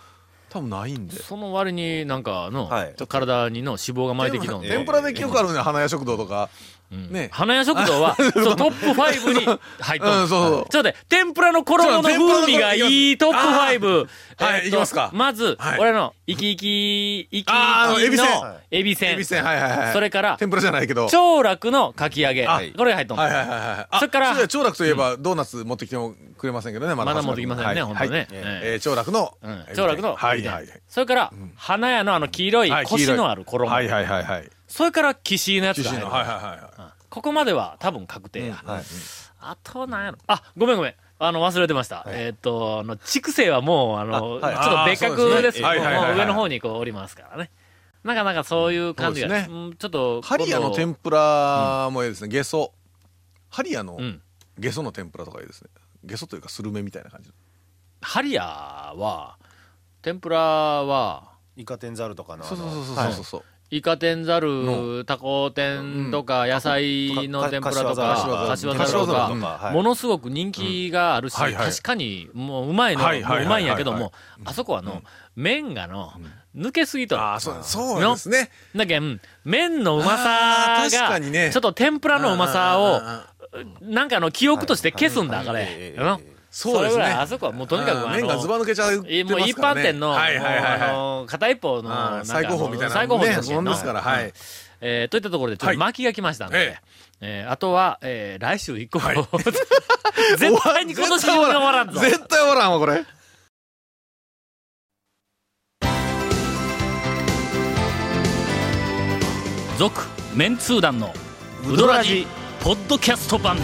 Speaker 3: 多分ないんで。
Speaker 1: その割になんかの、
Speaker 4: はい
Speaker 1: 体にの脂肪が巻いてきたんで
Speaker 3: 天ぷらで記憶あるね、花屋食堂とか。ね。
Speaker 1: 花屋食堂 は、そう、トップ5に入っとる。
Speaker 3: うんそうそう
Speaker 1: はいちょっと待って、天ぷらの衣の風味がいいトップ5。
Speaker 3: あーはい
Speaker 1: えーと
Speaker 3: いきますか
Speaker 1: まず、
Speaker 3: はい
Speaker 1: 俺の、生き生き、生き
Speaker 3: あーあの
Speaker 1: 生
Speaker 3: エ
Speaker 1: き
Speaker 3: ビせん
Speaker 1: のエビせん。
Speaker 3: エビせん、はいはいはい。
Speaker 1: それから、
Speaker 3: 天ぷらじゃないけど。
Speaker 1: 長楽のかき揚げ。
Speaker 3: あ
Speaker 1: これが入っとんの
Speaker 3: はいはいはいはい。あ
Speaker 1: それから
Speaker 3: うだよ長楽といえば、ドーナツ持ってきてもくれませんけどね、ま
Speaker 1: まだ持ってきませんね、
Speaker 3: は
Speaker 1: ほ
Speaker 3: い
Speaker 1: んとね。
Speaker 3: はい
Speaker 1: え
Speaker 3: えー長楽の
Speaker 1: えうん。長楽の、
Speaker 3: はいはいはい。
Speaker 1: それから、花屋のあの黄色い
Speaker 3: はい黄
Speaker 1: 腰
Speaker 3: 色い
Speaker 1: のある衣。
Speaker 3: はいはいはいはい。
Speaker 1: それから、岸井のやつ
Speaker 3: 九
Speaker 1: が
Speaker 3: 州
Speaker 1: 入る
Speaker 3: の。はいはいはいは
Speaker 1: ここまでは多分確定や。
Speaker 4: いはい
Speaker 1: あとなんやろ。あ、ごめんごめん。あの、忘れてました。えーっ、と、あの、畜生はもう、あの、
Speaker 4: あはい
Speaker 1: ちょっと別格ですけど、
Speaker 3: あ
Speaker 1: もう
Speaker 3: ーそうですねはいはいはいはい
Speaker 1: 上の方にこうおりますからね。なかなかそういう感じが、
Speaker 3: そうです
Speaker 1: うんちょっと今度、
Speaker 3: い。ハリアの天ぷらもいいですね、ゲソ。ハリアの
Speaker 1: うん
Speaker 3: ゲソの天ぷらとかいいですね。ゲソというかスルメみたいな感じ。
Speaker 1: ハリアは、天ぷらは、
Speaker 4: イカ天ざるとかのあ
Speaker 3: そう
Speaker 4: の
Speaker 3: そうそうそうそうそう。
Speaker 1: イカ天ざる、タコ天とか、野菜の天ぷらとか、
Speaker 4: 柏
Speaker 1: 柏ざ
Speaker 4: ざ
Speaker 1: る
Speaker 4: る
Speaker 1: と
Speaker 4: と
Speaker 1: か
Speaker 4: か、はい
Speaker 1: ものすごく人気があるし、
Speaker 3: うんはいはい
Speaker 1: 確かに、もううまいの、
Speaker 3: はいはいはいはい
Speaker 1: もううまいんやけども、あそこはの、麺がの、抜けすぎとる。
Speaker 3: ああ、そう、そうですね。
Speaker 1: だけん、麺のうまさ
Speaker 3: あー確
Speaker 1: が、
Speaker 3: かにね
Speaker 1: ちょっと天ぷらのうまさ
Speaker 3: うんうん
Speaker 1: を
Speaker 3: うんうん、
Speaker 1: なんかあの記憶として消すんだ、
Speaker 4: はい
Speaker 1: こ
Speaker 4: はいはい
Speaker 1: れ。
Speaker 4: ええ
Speaker 1: うん
Speaker 3: そうですね
Speaker 1: れぐらい、あそこはもうとにかく
Speaker 3: あ
Speaker 1: あ
Speaker 3: ー
Speaker 1: の、
Speaker 3: 麺がズバ抜けちゃう
Speaker 1: えもう一般店の、
Speaker 3: はいはいはい
Speaker 1: もうあ
Speaker 3: は
Speaker 1: の片一方の
Speaker 3: い
Speaker 1: なん
Speaker 3: あ
Speaker 1: か
Speaker 3: ー。最高峰みたいな。
Speaker 1: 最高峰
Speaker 3: ね
Speaker 1: の写
Speaker 3: そ
Speaker 1: 真
Speaker 3: ん
Speaker 1: の
Speaker 3: ですから、はい。
Speaker 1: えーといったところでちょっ
Speaker 3: は
Speaker 1: と
Speaker 3: い
Speaker 1: 巻きが来ましたんで、
Speaker 3: え
Speaker 1: えーあとは、えー来週以降、
Speaker 3: はい
Speaker 1: 絶対にこの時間が終わらんぞ。
Speaker 3: 絶対終わらんわ、これ。
Speaker 1: 続、メンツー団の、ウド
Speaker 4: ド
Speaker 1: ラ
Speaker 4: ラ
Speaker 1: ジ
Speaker 4: ジ、
Speaker 1: ポッドキャスト版。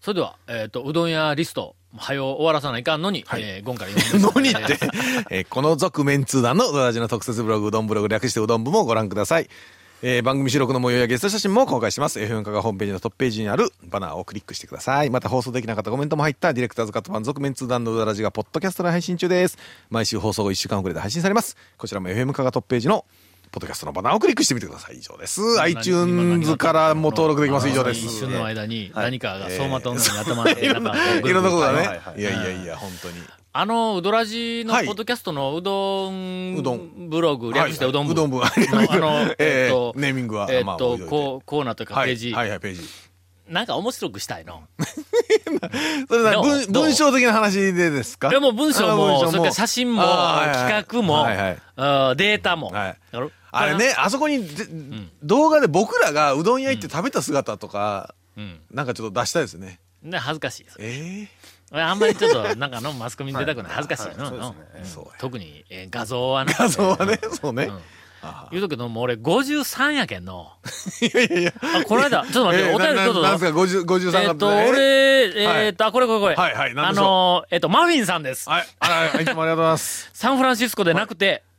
Speaker 1: それでは、えっ、と、うどん屋リスト、早う終わらさないかんのに、えーゴンから 読んで
Speaker 3: のにって、えーこの続面通談のうどらじの特設ブログ、うどんブログ略してうどん部もご覧ください。えー番組収録の模様やゲスト写真も公開してます。FM カがホームページのトップページにあるバナーをクリックしてください。また放送できなかったコメントも入ったディレクターズカット版続面通談のうどらじがポッドキャストで配信中です。毎週放送後1週間遅れで配信されます。こちらも FM カがトップページのポッドキャストのバナーをクリックしてみてください。以上です。iTunes からも登録できます。以上です。
Speaker 1: 一瞬の間に
Speaker 4: はい
Speaker 1: 何かが走馬灯のように頭の中でなんかこうぐ
Speaker 3: い
Speaker 1: る
Speaker 3: ろ
Speaker 1: ぐる
Speaker 3: んなことがね。
Speaker 4: はいいはいはい
Speaker 3: やいやいや、本当に。
Speaker 1: あの、うどらじの
Speaker 3: はい
Speaker 1: ポッドキャストのうどん、
Speaker 3: うどん
Speaker 1: ブログ、略してうどん
Speaker 3: は
Speaker 1: 部。
Speaker 3: いうどん 部。あ
Speaker 1: あの、えっと、
Speaker 3: ネーミングは。
Speaker 1: えっ
Speaker 3: まあ
Speaker 1: と、
Speaker 3: 置いといて
Speaker 1: こう、コーナーというか
Speaker 3: は
Speaker 1: ペ
Speaker 3: い
Speaker 1: ージ、
Speaker 3: はいはい、ページ。
Speaker 1: なんか面白くしたいの。
Speaker 3: それ
Speaker 1: ど
Speaker 3: は
Speaker 1: う
Speaker 3: 文
Speaker 1: どう
Speaker 3: 文章的な話でですか
Speaker 1: いやもう文章も
Speaker 3: あー
Speaker 1: それから写真も
Speaker 3: あーはいはい
Speaker 1: 企画も
Speaker 3: はいはい
Speaker 1: あーデータも。
Speaker 3: はい
Speaker 1: やろ
Speaker 3: あれね、あそこにで動画で僕らがうどん屋行って食べた姿とか、
Speaker 1: うん。
Speaker 3: なんかちょっと出したいですね。
Speaker 1: ね、恥ずかしいです。
Speaker 3: え
Speaker 1: 俺あんまりちょっと、なんかの、マスコミに出たくない。恥ずかしい
Speaker 4: はい
Speaker 1: の。
Speaker 4: そうですね
Speaker 1: うん
Speaker 3: えそうや。
Speaker 1: 特に、えー画像はね。
Speaker 3: 画像はね、そうね。
Speaker 1: 言うとくけど、もう俺53やけんの。
Speaker 3: いやいやいや。
Speaker 1: あ、この 間、ちょっと待って、
Speaker 3: えー
Speaker 1: お便り
Speaker 3: な
Speaker 1: ちょっと。
Speaker 3: ななんですか、50 53
Speaker 1: えっ、
Speaker 3: 月
Speaker 1: と、
Speaker 3: ね
Speaker 1: 俺、えっ、と、あ、これこれこれ。
Speaker 3: はいはい
Speaker 1: あ
Speaker 3: 何でしょう
Speaker 1: のー、えっ、と、マフィンさんです。
Speaker 3: はい、あら、いつもありがとうございます。
Speaker 1: サンフランシスコでなくて、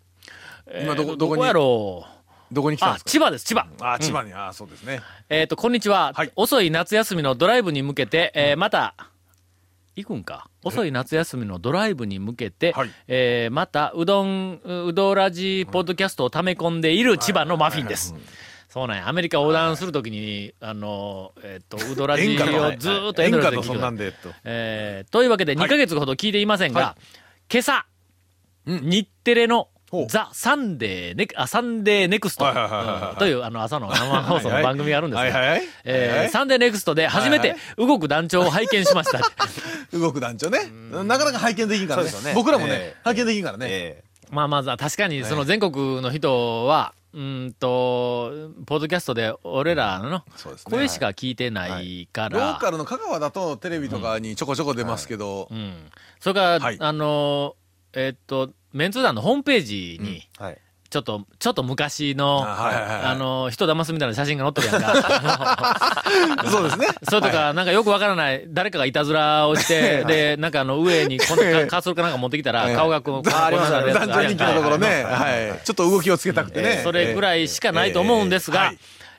Speaker 1: えー
Speaker 3: 今どこどこに
Speaker 1: やろう。
Speaker 3: どこに来たん
Speaker 1: あ
Speaker 3: で、すか
Speaker 1: 千葉です、千葉。
Speaker 3: あ、千葉に、あ、そうですね。
Speaker 1: えっ、と、こんにちは、
Speaker 3: はい
Speaker 1: 遅い夏休みのドライブに向けて、えーまた、行くんか。遅い夏休みのドライブに向けて、
Speaker 3: はい
Speaker 1: えーまた、うどん、うどらじポッドキャストを溜め込んでいる千葉のマフィンです。そうなんや。アメリカ横断するときに、あのー、えっ、と、うどらじを
Speaker 3: 演歌の
Speaker 1: ずーっとエン
Speaker 3: 演
Speaker 1: ドレス
Speaker 3: 歌
Speaker 1: で聞
Speaker 3: と
Speaker 1: いて
Speaker 3: そんなんで、と。
Speaker 1: えーというわけで2ヶ月ほど聞いていませんが、今朝、日テレの
Speaker 3: ほう
Speaker 1: ザ・サンデーネク、あ、サンデーネクスト、
Speaker 3: はいはいはいはいはい
Speaker 1: うんというあの朝の生放送の番組があるんです
Speaker 3: はい
Speaker 1: が、
Speaker 3: はいはい。
Speaker 1: えー
Speaker 3: は
Speaker 1: サンデーネクストで初めて
Speaker 3: はい
Speaker 1: 動く団長を拝見しま した。
Speaker 3: い動く団長ね。なかなか拝見できんからね
Speaker 4: そうですよ。ね
Speaker 3: 僕らもね
Speaker 4: え、え
Speaker 3: 拝見できんからね。
Speaker 4: え
Speaker 1: まあまずは確かにその全国の人は、うーんと、ポッドキャストで俺らの
Speaker 3: そうですね
Speaker 1: 声しか聞いてないから、
Speaker 3: ローカルの香川だとテレビとかにちょこちょこ出ますけど、
Speaker 1: うんそれから、
Speaker 3: はい
Speaker 1: あの、えっと、メンツー団のホームページに、
Speaker 4: えはい。
Speaker 1: ちょっと、ちょっと昔の、
Speaker 3: あはいはいはい
Speaker 1: あの、人騙すみたいな写真が載ってるやんか。
Speaker 3: そうですね。
Speaker 1: それとか、なんかよくわからない、誰かがいたずらをして、で、なんかあの、上にこ んなカーソルかなんか持ってきたら、
Speaker 3: ええ
Speaker 1: 顔がこう、こう
Speaker 4: ああり
Speaker 1: こ
Speaker 4: ま
Speaker 1: う
Speaker 4: す
Speaker 1: なるや
Speaker 3: 団
Speaker 1: つ
Speaker 3: 長
Speaker 1: あるや
Speaker 3: 人
Speaker 1: ん
Speaker 3: 気のところ
Speaker 1: か。
Speaker 3: ね、はい。ちょっと動きをつけたくてね。
Speaker 1: それぐらいしかないと思うんですが、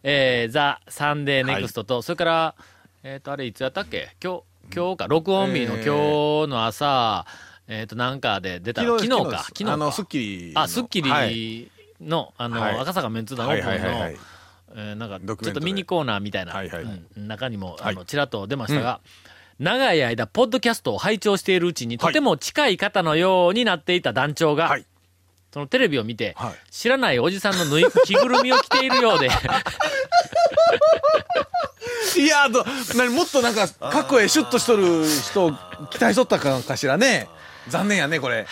Speaker 1: えーザ・サンデー・ネクストと、それから、えっと、あれいつやったっけ今日、今日か、録音日の
Speaker 3: ええ
Speaker 1: 今日の朝、えっと、なんかで出た、昨日か、昨日
Speaker 3: あの、
Speaker 1: か
Speaker 3: スッ。キリ。
Speaker 1: あ、スッキ
Speaker 3: はい
Speaker 1: リの、あ
Speaker 3: はい
Speaker 1: の、赤坂メンツー団オ
Speaker 3: はい
Speaker 1: ープ
Speaker 3: は
Speaker 1: ン
Speaker 3: いはいは
Speaker 1: の
Speaker 3: い、。
Speaker 1: えーなんか
Speaker 3: ドキュ
Speaker 1: ちょっと
Speaker 3: メントで
Speaker 1: ミニコーナーみたいな、
Speaker 3: はいはいはい
Speaker 1: うん中にも、
Speaker 3: は
Speaker 1: あ
Speaker 3: い
Speaker 1: のちらっと出ましたが、長い間、ポッドキャストを拝聴しているうちに、
Speaker 3: はい
Speaker 1: とても近い方のようになっていた団長が、
Speaker 3: はい
Speaker 1: そのテレビを見て、
Speaker 3: はい
Speaker 1: 知らないおじさんのぬい 着ぐるみを着ているよ うで、
Speaker 3: いやーと、なにもっとなんか、かっこええシュッとしとる人を期待しとったかかしらね。残念やね、これ。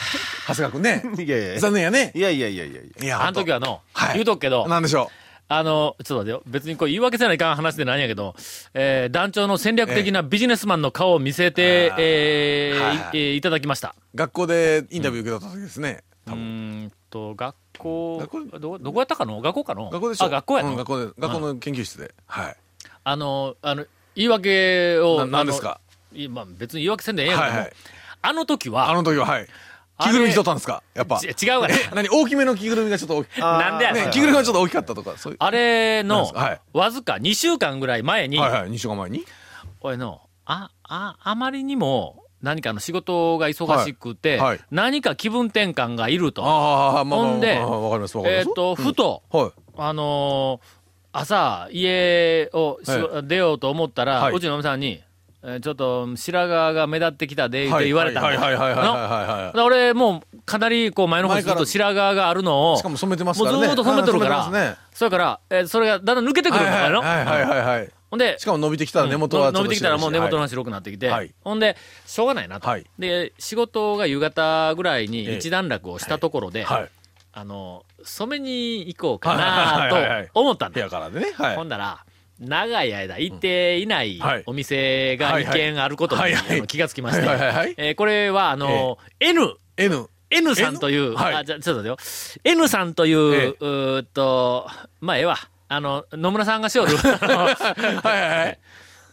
Speaker 3: 長谷川くんね。
Speaker 4: いやいや
Speaker 3: 残念やね。
Speaker 4: いやいやいやいやいや。
Speaker 3: いや、
Speaker 1: あの時はの、
Speaker 3: はい
Speaker 1: 言うとくけど
Speaker 3: ほんと、なんでしょ
Speaker 1: あの、ちょっと待ってよ、別にこう言い訳せないかん話でないんやけど、えー団長の戦略的なビジネスマンの顔を見せて、えーいえーいただきました。
Speaker 3: う。学校でインタビュー受け取った時ですね。
Speaker 1: うーんと、学校、
Speaker 3: 学校
Speaker 1: ど、どこやったかの学校かの
Speaker 3: 学校でしょ
Speaker 1: あ、学校や
Speaker 3: う
Speaker 1: の、
Speaker 3: ん学校で、学校の研究室で。はい。
Speaker 1: あの、あの、言い訳を。
Speaker 3: な
Speaker 1: あの
Speaker 3: なんですか
Speaker 1: いまあ別に言い訳せんでええやん、
Speaker 3: はいはい
Speaker 1: あの時
Speaker 3: あ
Speaker 1: は、
Speaker 3: の時は、はい。
Speaker 1: あ
Speaker 3: 着
Speaker 1: れ
Speaker 3: ぐるみしとったんですかやっぱ。
Speaker 1: ち違うわね。
Speaker 3: 何大きめの着ぐるみがちょっと大き
Speaker 4: あー
Speaker 1: なんでやねん
Speaker 3: ね、着ぐるみがちょっと大きかったとか、そういう。
Speaker 1: あれ
Speaker 3: なん
Speaker 1: の、
Speaker 3: ですかはい
Speaker 1: わずか2週間ぐらい前に、
Speaker 3: はいはい、2週間前に。
Speaker 1: 俺の、あ、ああまりにも何かの仕事が忙しくて、
Speaker 3: はいはい
Speaker 1: 何か気分転換がいると。
Speaker 3: ああ、まあまあ
Speaker 1: ほんで
Speaker 3: まあまあわかります、わかり
Speaker 1: えっ、
Speaker 3: ます。
Speaker 1: と、ふと、
Speaker 3: はい。
Speaker 1: あのー朝、家をし
Speaker 3: は
Speaker 1: 出ようと思ったら、
Speaker 3: はいう
Speaker 1: ちのおみさんに、えーちょっと白髪が目立ってきたで、って言われたんだ
Speaker 3: はいはいはいはいはい
Speaker 1: の
Speaker 3: はいはい
Speaker 1: だから俺、もう、かなり、こう、前の方にずっと白髪があるのを、
Speaker 3: しかも染めてますからね
Speaker 1: もうずっと染めてるか
Speaker 3: あ
Speaker 1: ら、
Speaker 3: 染めてますね
Speaker 1: それから、えーそれがだんだん抜けてくるんだ
Speaker 3: は
Speaker 1: よ
Speaker 3: い
Speaker 1: の。
Speaker 3: はいはいはいはい。
Speaker 1: ほんで、
Speaker 3: しかも伸びてきたら根元は
Speaker 1: うん
Speaker 3: ちょっと
Speaker 1: 伸びてきたらもう根元の
Speaker 3: は
Speaker 1: 話
Speaker 3: い
Speaker 1: 白くなってきて、
Speaker 3: はい
Speaker 1: ほんで、しょうがないなと、
Speaker 3: はい
Speaker 1: で、仕事が夕方ぐらいに一段落をしたところで、
Speaker 3: はい。
Speaker 1: あの、染めに行こうか
Speaker 3: はいはいはいは
Speaker 1: ないと思ったん
Speaker 3: 部
Speaker 1: だ
Speaker 3: 屋。からでね。はい
Speaker 1: ほ。んなら、長い間行っていない
Speaker 3: はい
Speaker 1: お店が一軒あることに
Speaker 3: はいはい
Speaker 1: あの気がつきまし
Speaker 3: はいはいは
Speaker 1: て、
Speaker 3: い
Speaker 1: えーこれは、あの、N、
Speaker 3: N。
Speaker 1: N さんという、
Speaker 3: N？はい
Speaker 1: あ、じゃ、ちょっと待ってよ。N さんという、
Speaker 3: ええ
Speaker 1: うーっと、まあ、ええわ。あの、野村さんが しおる。
Speaker 3: はいはいはい。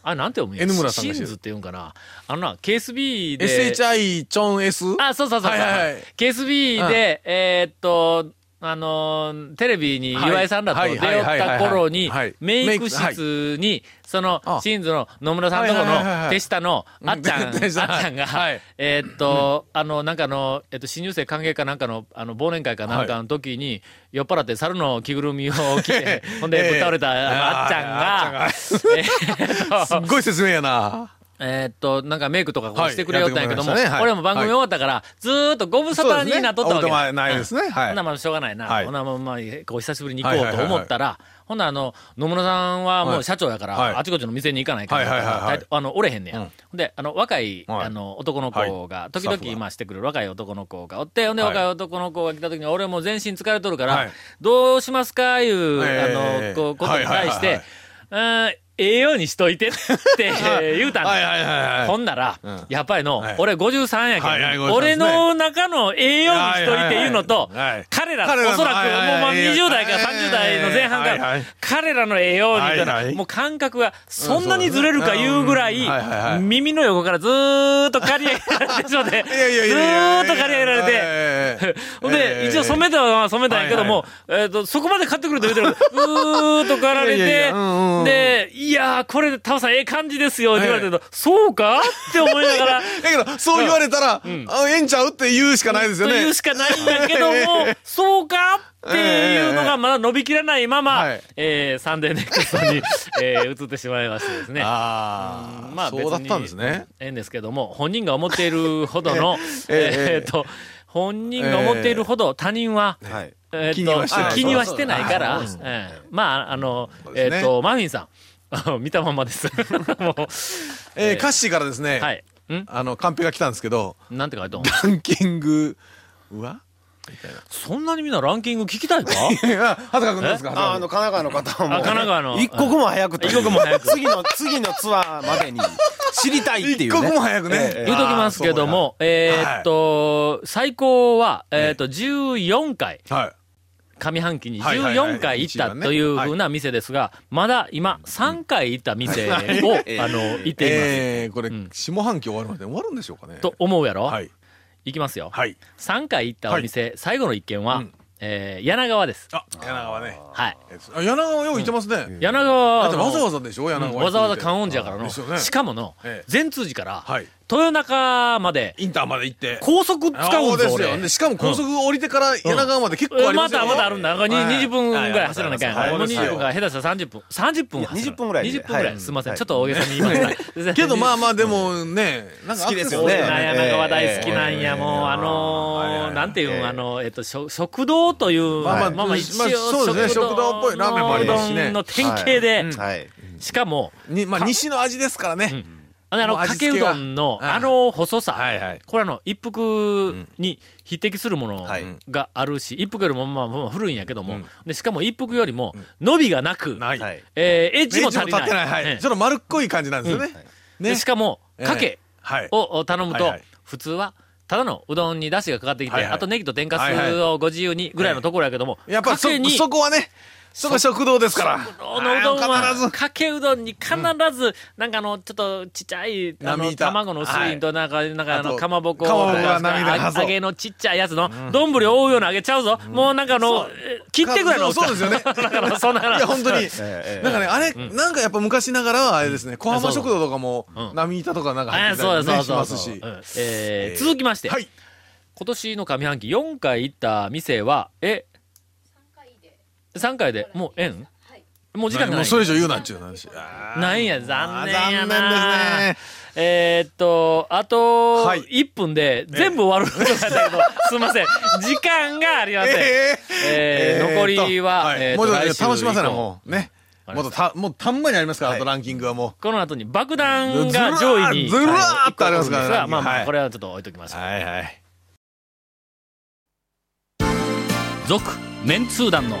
Speaker 1: あ、なんて読むんや
Speaker 3: N 村さんが
Speaker 1: シ
Speaker 3: 知
Speaker 1: ン
Speaker 3: る
Speaker 1: ズって言うんかな。あのな、KSB で。
Speaker 3: SHI チョン S?
Speaker 1: あ、そうそうそうそう。
Speaker 3: はいはいはい
Speaker 1: KSB で、えーっと、あのーテレビに
Speaker 3: はい
Speaker 1: 岩井さんらと出
Speaker 3: はい
Speaker 1: 会
Speaker 3: はいはいは
Speaker 1: っ
Speaker 3: い
Speaker 1: た頃に
Speaker 3: はい、
Speaker 1: メイク室に、その、
Speaker 3: あ
Speaker 1: シンズの野村さんとこ
Speaker 3: はいはいはいは
Speaker 1: の
Speaker 3: い
Speaker 1: 手下のあっちゃん、あっ
Speaker 3: うん
Speaker 1: ち
Speaker 3: 手下
Speaker 1: ゃんが
Speaker 3: はい、
Speaker 1: えーっと、あの、なんかの、えっと、新入生歓迎かなんかの、あの、忘年会かなんかの時に、酔っ払って猿の着ぐるみを着て、 ほんで、
Speaker 3: ええ
Speaker 1: ぶっ倒れたあ
Speaker 3: あ
Speaker 1: あ
Speaker 3: あ
Speaker 1: っちゃん が、えーっ
Speaker 3: す
Speaker 1: と
Speaker 3: っごい説明やな。
Speaker 1: えーっと、なんかメイクとかこう
Speaker 3: はい
Speaker 1: してくれよったんやけども、
Speaker 3: やってくれましたねはい
Speaker 1: 俺も番組終わったから、ずーっとご無沙汰になっとったわけ
Speaker 3: そうですねお
Speaker 1: だ。
Speaker 3: 手前ないですね
Speaker 1: うん
Speaker 3: はい
Speaker 1: ほんならまあしょうがないな。
Speaker 3: はい
Speaker 1: ほんならまあまあ、こう久しぶりに行こうと思ったら、ほんならあの、野村さんはも
Speaker 3: は
Speaker 1: う
Speaker 3: い
Speaker 1: 社長やから、
Speaker 3: はい
Speaker 1: あちこちの店に行かないから、
Speaker 3: はいはいはいはい
Speaker 1: だいあの、折れへんねや。
Speaker 3: うん
Speaker 1: ほんで、あの、若い、
Speaker 3: はい
Speaker 1: あの、男の子が、時
Speaker 3: スタッ
Speaker 1: 々
Speaker 3: フが
Speaker 1: まあしてくる若い男の子がおって、ほんで、
Speaker 3: はい
Speaker 1: 若い男の子が来た時に、俺もう全身疲れとるから、
Speaker 3: はい
Speaker 1: どうしますかいう、
Speaker 3: え
Speaker 1: あの、
Speaker 3: ー
Speaker 1: こうことに対し
Speaker 3: はい
Speaker 1: て、うんええようにしといてって言うたんだ。
Speaker 3: はいはいはいはい。
Speaker 1: ほんなら、
Speaker 3: うん
Speaker 1: やっぱりの、
Speaker 3: はい
Speaker 1: 俺53やけど、
Speaker 3: はいはい53
Speaker 1: 俺の中の栄養にしといていうのと、
Speaker 3: はいはいはいはい
Speaker 1: 彼ら、
Speaker 3: 彼らの
Speaker 1: おそらく、
Speaker 3: はいはいはい
Speaker 1: もうまあ20代から
Speaker 3: はいはい
Speaker 1: 30代の前半から、
Speaker 3: はいはい
Speaker 1: 彼らの栄養にみたいな、
Speaker 3: はいはい
Speaker 1: もう感覚がそんなにずれるかいうぐらい、
Speaker 3: うんそうですねうんはいはいはい
Speaker 1: 耳の横からずーっと刈り上げられてしまって、ず
Speaker 3: いやいやいやいや
Speaker 1: ーっと刈り上げられて、
Speaker 3: て
Speaker 1: ほん で、一応染めたは染めたんやけども、えっと、そこまで買ってくると言うて るから、うーっとかられ
Speaker 3: いやいやい
Speaker 1: て
Speaker 3: やうんうんう、ん
Speaker 1: で、いやー、これ、タオさん、ええ感じですよって言われてると、そうかって思いながら、
Speaker 3: だけど、 そう言われたら、あええんちゃうって言うしかないですよ
Speaker 1: と
Speaker 3: ね。
Speaker 1: いうしかないんだけども
Speaker 3: え、
Speaker 1: そうかっていうのがまだ伸びきらないまま
Speaker 3: はい、
Speaker 1: えーサンデーネクストに、えー移ってしまいましてですね。
Speaker 3: ああ、
Speaker 1: まあ、
Speaker 3: そうだったんです
Speaker 1: 別に
Speaker 3: ね。。
Speaker 1: ええんですけども、本人が思っているほどの、えー
Speaker 3: ええええ
Speaker 1: っと、本人が思っているほど他人は、
Speaker 4: はい。
Speaker 1: えーっと
Speaker 3: 気にはしてない
Speaker 1: あ気にはしてないから、
Speaker 3: そうそうそう
Speaker 1: えーまあ、あの、
Speaker 3: う
Speaker 1: え
Speaker 3: ですね
Speaker 1: ーっと、マフィンさん、見たまんまです。 も
Speaker 3: えー、カッシーからです
Speaker 1: う、
Speaker 3: ね、
Speaker 1: はい。ん
Speaker 3: あの、カンペが来たんですけど、
Speaker 1: なんて書いてあるの
Speaker 3: ランキングは
Speaker 1: そんなにみんなランキング聞きたいか
Speaker 3: いや、はたかくんですか
Speaker 4: ああの、神奈川の方も。
Speaker 1: あ神奈川の
Speaker 4: 一刻も早くという
Speaker 1: 一刻も早く
Speaker 4: 次の、次のツアーまでに知りたいっていう、ね。
Speaker 3: 一刻も早くね
Speaker 4: ええええ
Speaker 1: 言うときますけども、えーっと、最高は、えーっと、14回、
Speaker 3: はい。
Speaker 1: 上半期に
Speaker 3: はいはいはい
Speaker 1: 14回行った
Speaker 3: 一番ね
Speaker 1: というふうな店ですが、まだ今、3回行った店を、あの、行っています。
Speaker 3: えー、これ、下半期終わるまで終わるんでしょうかね。
Speaker 1: と思うやろ
Speaker 3: はい。
Speaker 1: 行きますよ。
Speaker 3: はい。
Speaker 1: 3回行ったお店、最後の一軒は、
Speaker 3: うん
Speaker 1: えー柳川です。
Speaker 3: あ、柳川ね。
Speaker 1: はい。
Speaker 3: あ柳川よう行ってますね。
Speaker 1: 柳川
Speaker 3: だ
Speaker 1: は
Speaker 3: ってわざわざでしょ柳
Speaker 1: うん
Speaker 3: 川。
Speaker 1: わざわざ観音寺やから
Speaker 3: あ
Speaker 1: の、
Speaker 3: ですよね
Speaker 1: しかもの、
Speaker 3: ええ
Speaker 1: 善通寺から、
Speaker 3: はい。
Speaker 1: 豊中まで、
Speaker 3: インターまで行って。
Speaker 1: 高速使うんです
Speaker 3: で
Speaker 1: よ、
Speaker 3: す
Speaker 1: 俺
Speaker 3: よ。でしかも高速降りてから柳川まで結構あ
Speaker 1: え
Speaker 3: りま
Speaker 1: ます
Speaker 3: よ
Speaker 1: だ
Speaker 3: ね。
Speaker 1: まだあるんだ。なんかに
Speaker 3: はい
Speaker 1: 20分ぐらい走らなきゃいけな。
Speaker 3: はいい
Speaker 1: この
Speaker 3: はい
Speaker 1: 20分から下手したら30分。30分は走ら
Speaker 4: 20分ぐらいで
Speaker 1: 20分ぐら。
Speaker 4: はいい
Speaker 1: すみません。
Speaker 4: はい
Speaker 1: ちょっと大げさに言いました。
Speaker 3: けどまあ
Speaker 1: あ、
Speaker 3: まあでもね、なんかアクセス
Speaker 4: 好きです
Speaker 1: そう
Speaker 4: よね
Speaker 1: だな柳川大好きなんや、
Speaker 3: ええ
Speaker 1: もう、あ
Speaker 3: はいはい
Speaker 1: の
Speaker 3: は
Speaker 1: ー、
Speaker 3: い
Speaker 1: なんてい
Speaker 4: え
Speaker 1: う
Speaker 4: え
Speaker 1: の、あの、えっと、食食堂という、
Speaker 3: ま
Speaker 1: ま
Speaker 3: あま
Speaker 1: あ
Speaker 3: あ
Speaker 1: まあ、
Speaker 3: まあ
Speaker 1: 一
Speaker 3: まあ
Speaker 1: 応、
Speaker 3: そうですね食堂っぽいラーメンもありますしね
Speaker 1: の典型で、
Speaker 4: はい。
Speaker 1: しかも、
Speaker 3: にまあ西の味ですからね。
Speaker 1: あの、あの
Speaker 3: もう
Speaker 1: か
Speaker 3: 味
Speaker 1: け
Speaker 3: 付
Speaker 1: う
Speaker 3: け
Speaker 1: ど
Speaker 3: が
Speaker 1: んの、
Speaker 3: はい
Speaker 1: あの細さ。
Speaker 3: はいはい
Speaker 1: これあの、一服に匹敵するもの
Speaker 4: はい
Speaker 1: があるし、一服よりもまあまあ古いんやけども、で、しかも一服よりも、伸びがなく、
Speaker 3: ない。
Speaker 4: は
Speaker 3: エ
Speaker 4: い。
Speaker 1: えーエッ
Speaker 3: ッ
Speaker 1: ジ
Speaker 3: ジ
Speaker 1: も
Speaker 3: も
Speaker 1: 足
Speaker 3: 立
Speaker 1: り
Speaker 3: って
Speaker 1: な。
Speaker 3: ないい。は
Speaker 1: ええ
Speaker 3: い。ちょっと丸っこい感じなんですよね。
Speaker 1: で
Speaker 3: ね。
Speaker 1: しかも、
Speaker 3: ええ
Speaker 1: かけ
Speaker 3: はい。
Speaker 1: をお頼む
Speaker 3: は
Speaker 1: と
Speaker 3: いはい、
Speaker 1: 普通は、ただのうどんに出汁がかかってきて、
Speaker 3: はいはい
Speaker 1: あとネギと天か
Speaker 3: はい
Speaker 1: す
Speaker 3: は
Speaker 1: をご自由にぐらいのところやけども、
Speaker 3: やっぱり
Speaker 1: かけに
Speaker 3: そ、そこはね、そこ食堂ですから。
Speaker 1: このうどん
Speaker 3: あー
Speaker 1: は
Speaker 3: 必ず
Speaker 1: かけうどんに必ず、なんかあのちょっとちっちゃいあ
Speaker 3: 波
Speaker 1: の
Speaker 3: 板
Speaker 1: 卵の薄いんとなんか、なんかあ
Speaker 3: あ
Speaker 1: の
Speaker 3: と
Speaker 1: かまぼこ
Speaker 3: かまぼこ
Speaker 1: な
Speaker 3: が
Speaker 1: んか
Speaker 3: 波板
Speaker 1: あ
Speaker 3: そう
Speaker 1: 揚げのちっちゃいやつの丼を覆うような揚げちゃうぞ、もうなんかあのえ切ってぐらいの
Speaker 3: そうそうですよね
Speaker 1: だから そんな話
Speaker 3: いや、本当に。
Speaker 4: ええ
Speaker 3: なんかね、あれ、なんかやっぱ昔ながら、あれですね、小浜食堂とかも
Speaker 1: う、ん
Speaker 3: 波板とかなんか入
Speaker 1: あ
Speaker 3: ってた
Speaker 1: そう
Speaker 3: りね
Speaker 1: そう
Speaker 3: し
Speaker 1: そ
Speaker 3: ま
Speaker 1: うそ
Speaker 3: す
Speaker 1: う、
Speaker 3: し
Speaker 1: う。んえー
Speaker 3: えー
Speaker 1: 続きまして、
Speaker 3: はい。
Speaker 1: 今年の上半期4回行った店はえ3回でもう円もう時間が
Speaker 3: も
Speaker 1: な
Speaker 3: う
Speaker 1: い
Speaker 3: それ以上言うなっちゅう話。あー
Speaker 1: なんや残念やな
Speaker 3: 残念ですね
Speaker 1: えーっとあと
Speaker 3: はい
Speaker 1: 1分で全部終わるんだ けど、すいません時間がありません、
Speaker 3: え
Speaker 1: えー
Speaker 3: ー
Speaker 1: 残りは、
Speaker 3: い
Speaker 1: えーっ
Speaker 3: もう
Speaker 1: と
Speaker 3: ちょっとね
Speaker 1: 来週
Speaker 3: 楽しませ
Speaker 1: 以
Speaker 3: な、
Speaker 1: 降
Speaker 3: もう。ね。
Speaker 1: わ
Speaker 3: も
Speaker 1: かり
Speaker 3: っと、
Speaker 1: ました
Speaker 3: もうたんまにありますから、あとランキングはも
Speaker 1: この後に爆弾が上位に
Speaker 3: ずらーずらーっとありますからね
Speaker 1: はいまあま
Speaker 3: は
Speaker 1: あ
Speaker 3: い
Speaker 1: これはちょっと置いときまし
Speaker 3: う。
Speaker 1: ょう
Speaker 3: はいはい。
Speaker 1: 続メンツー団の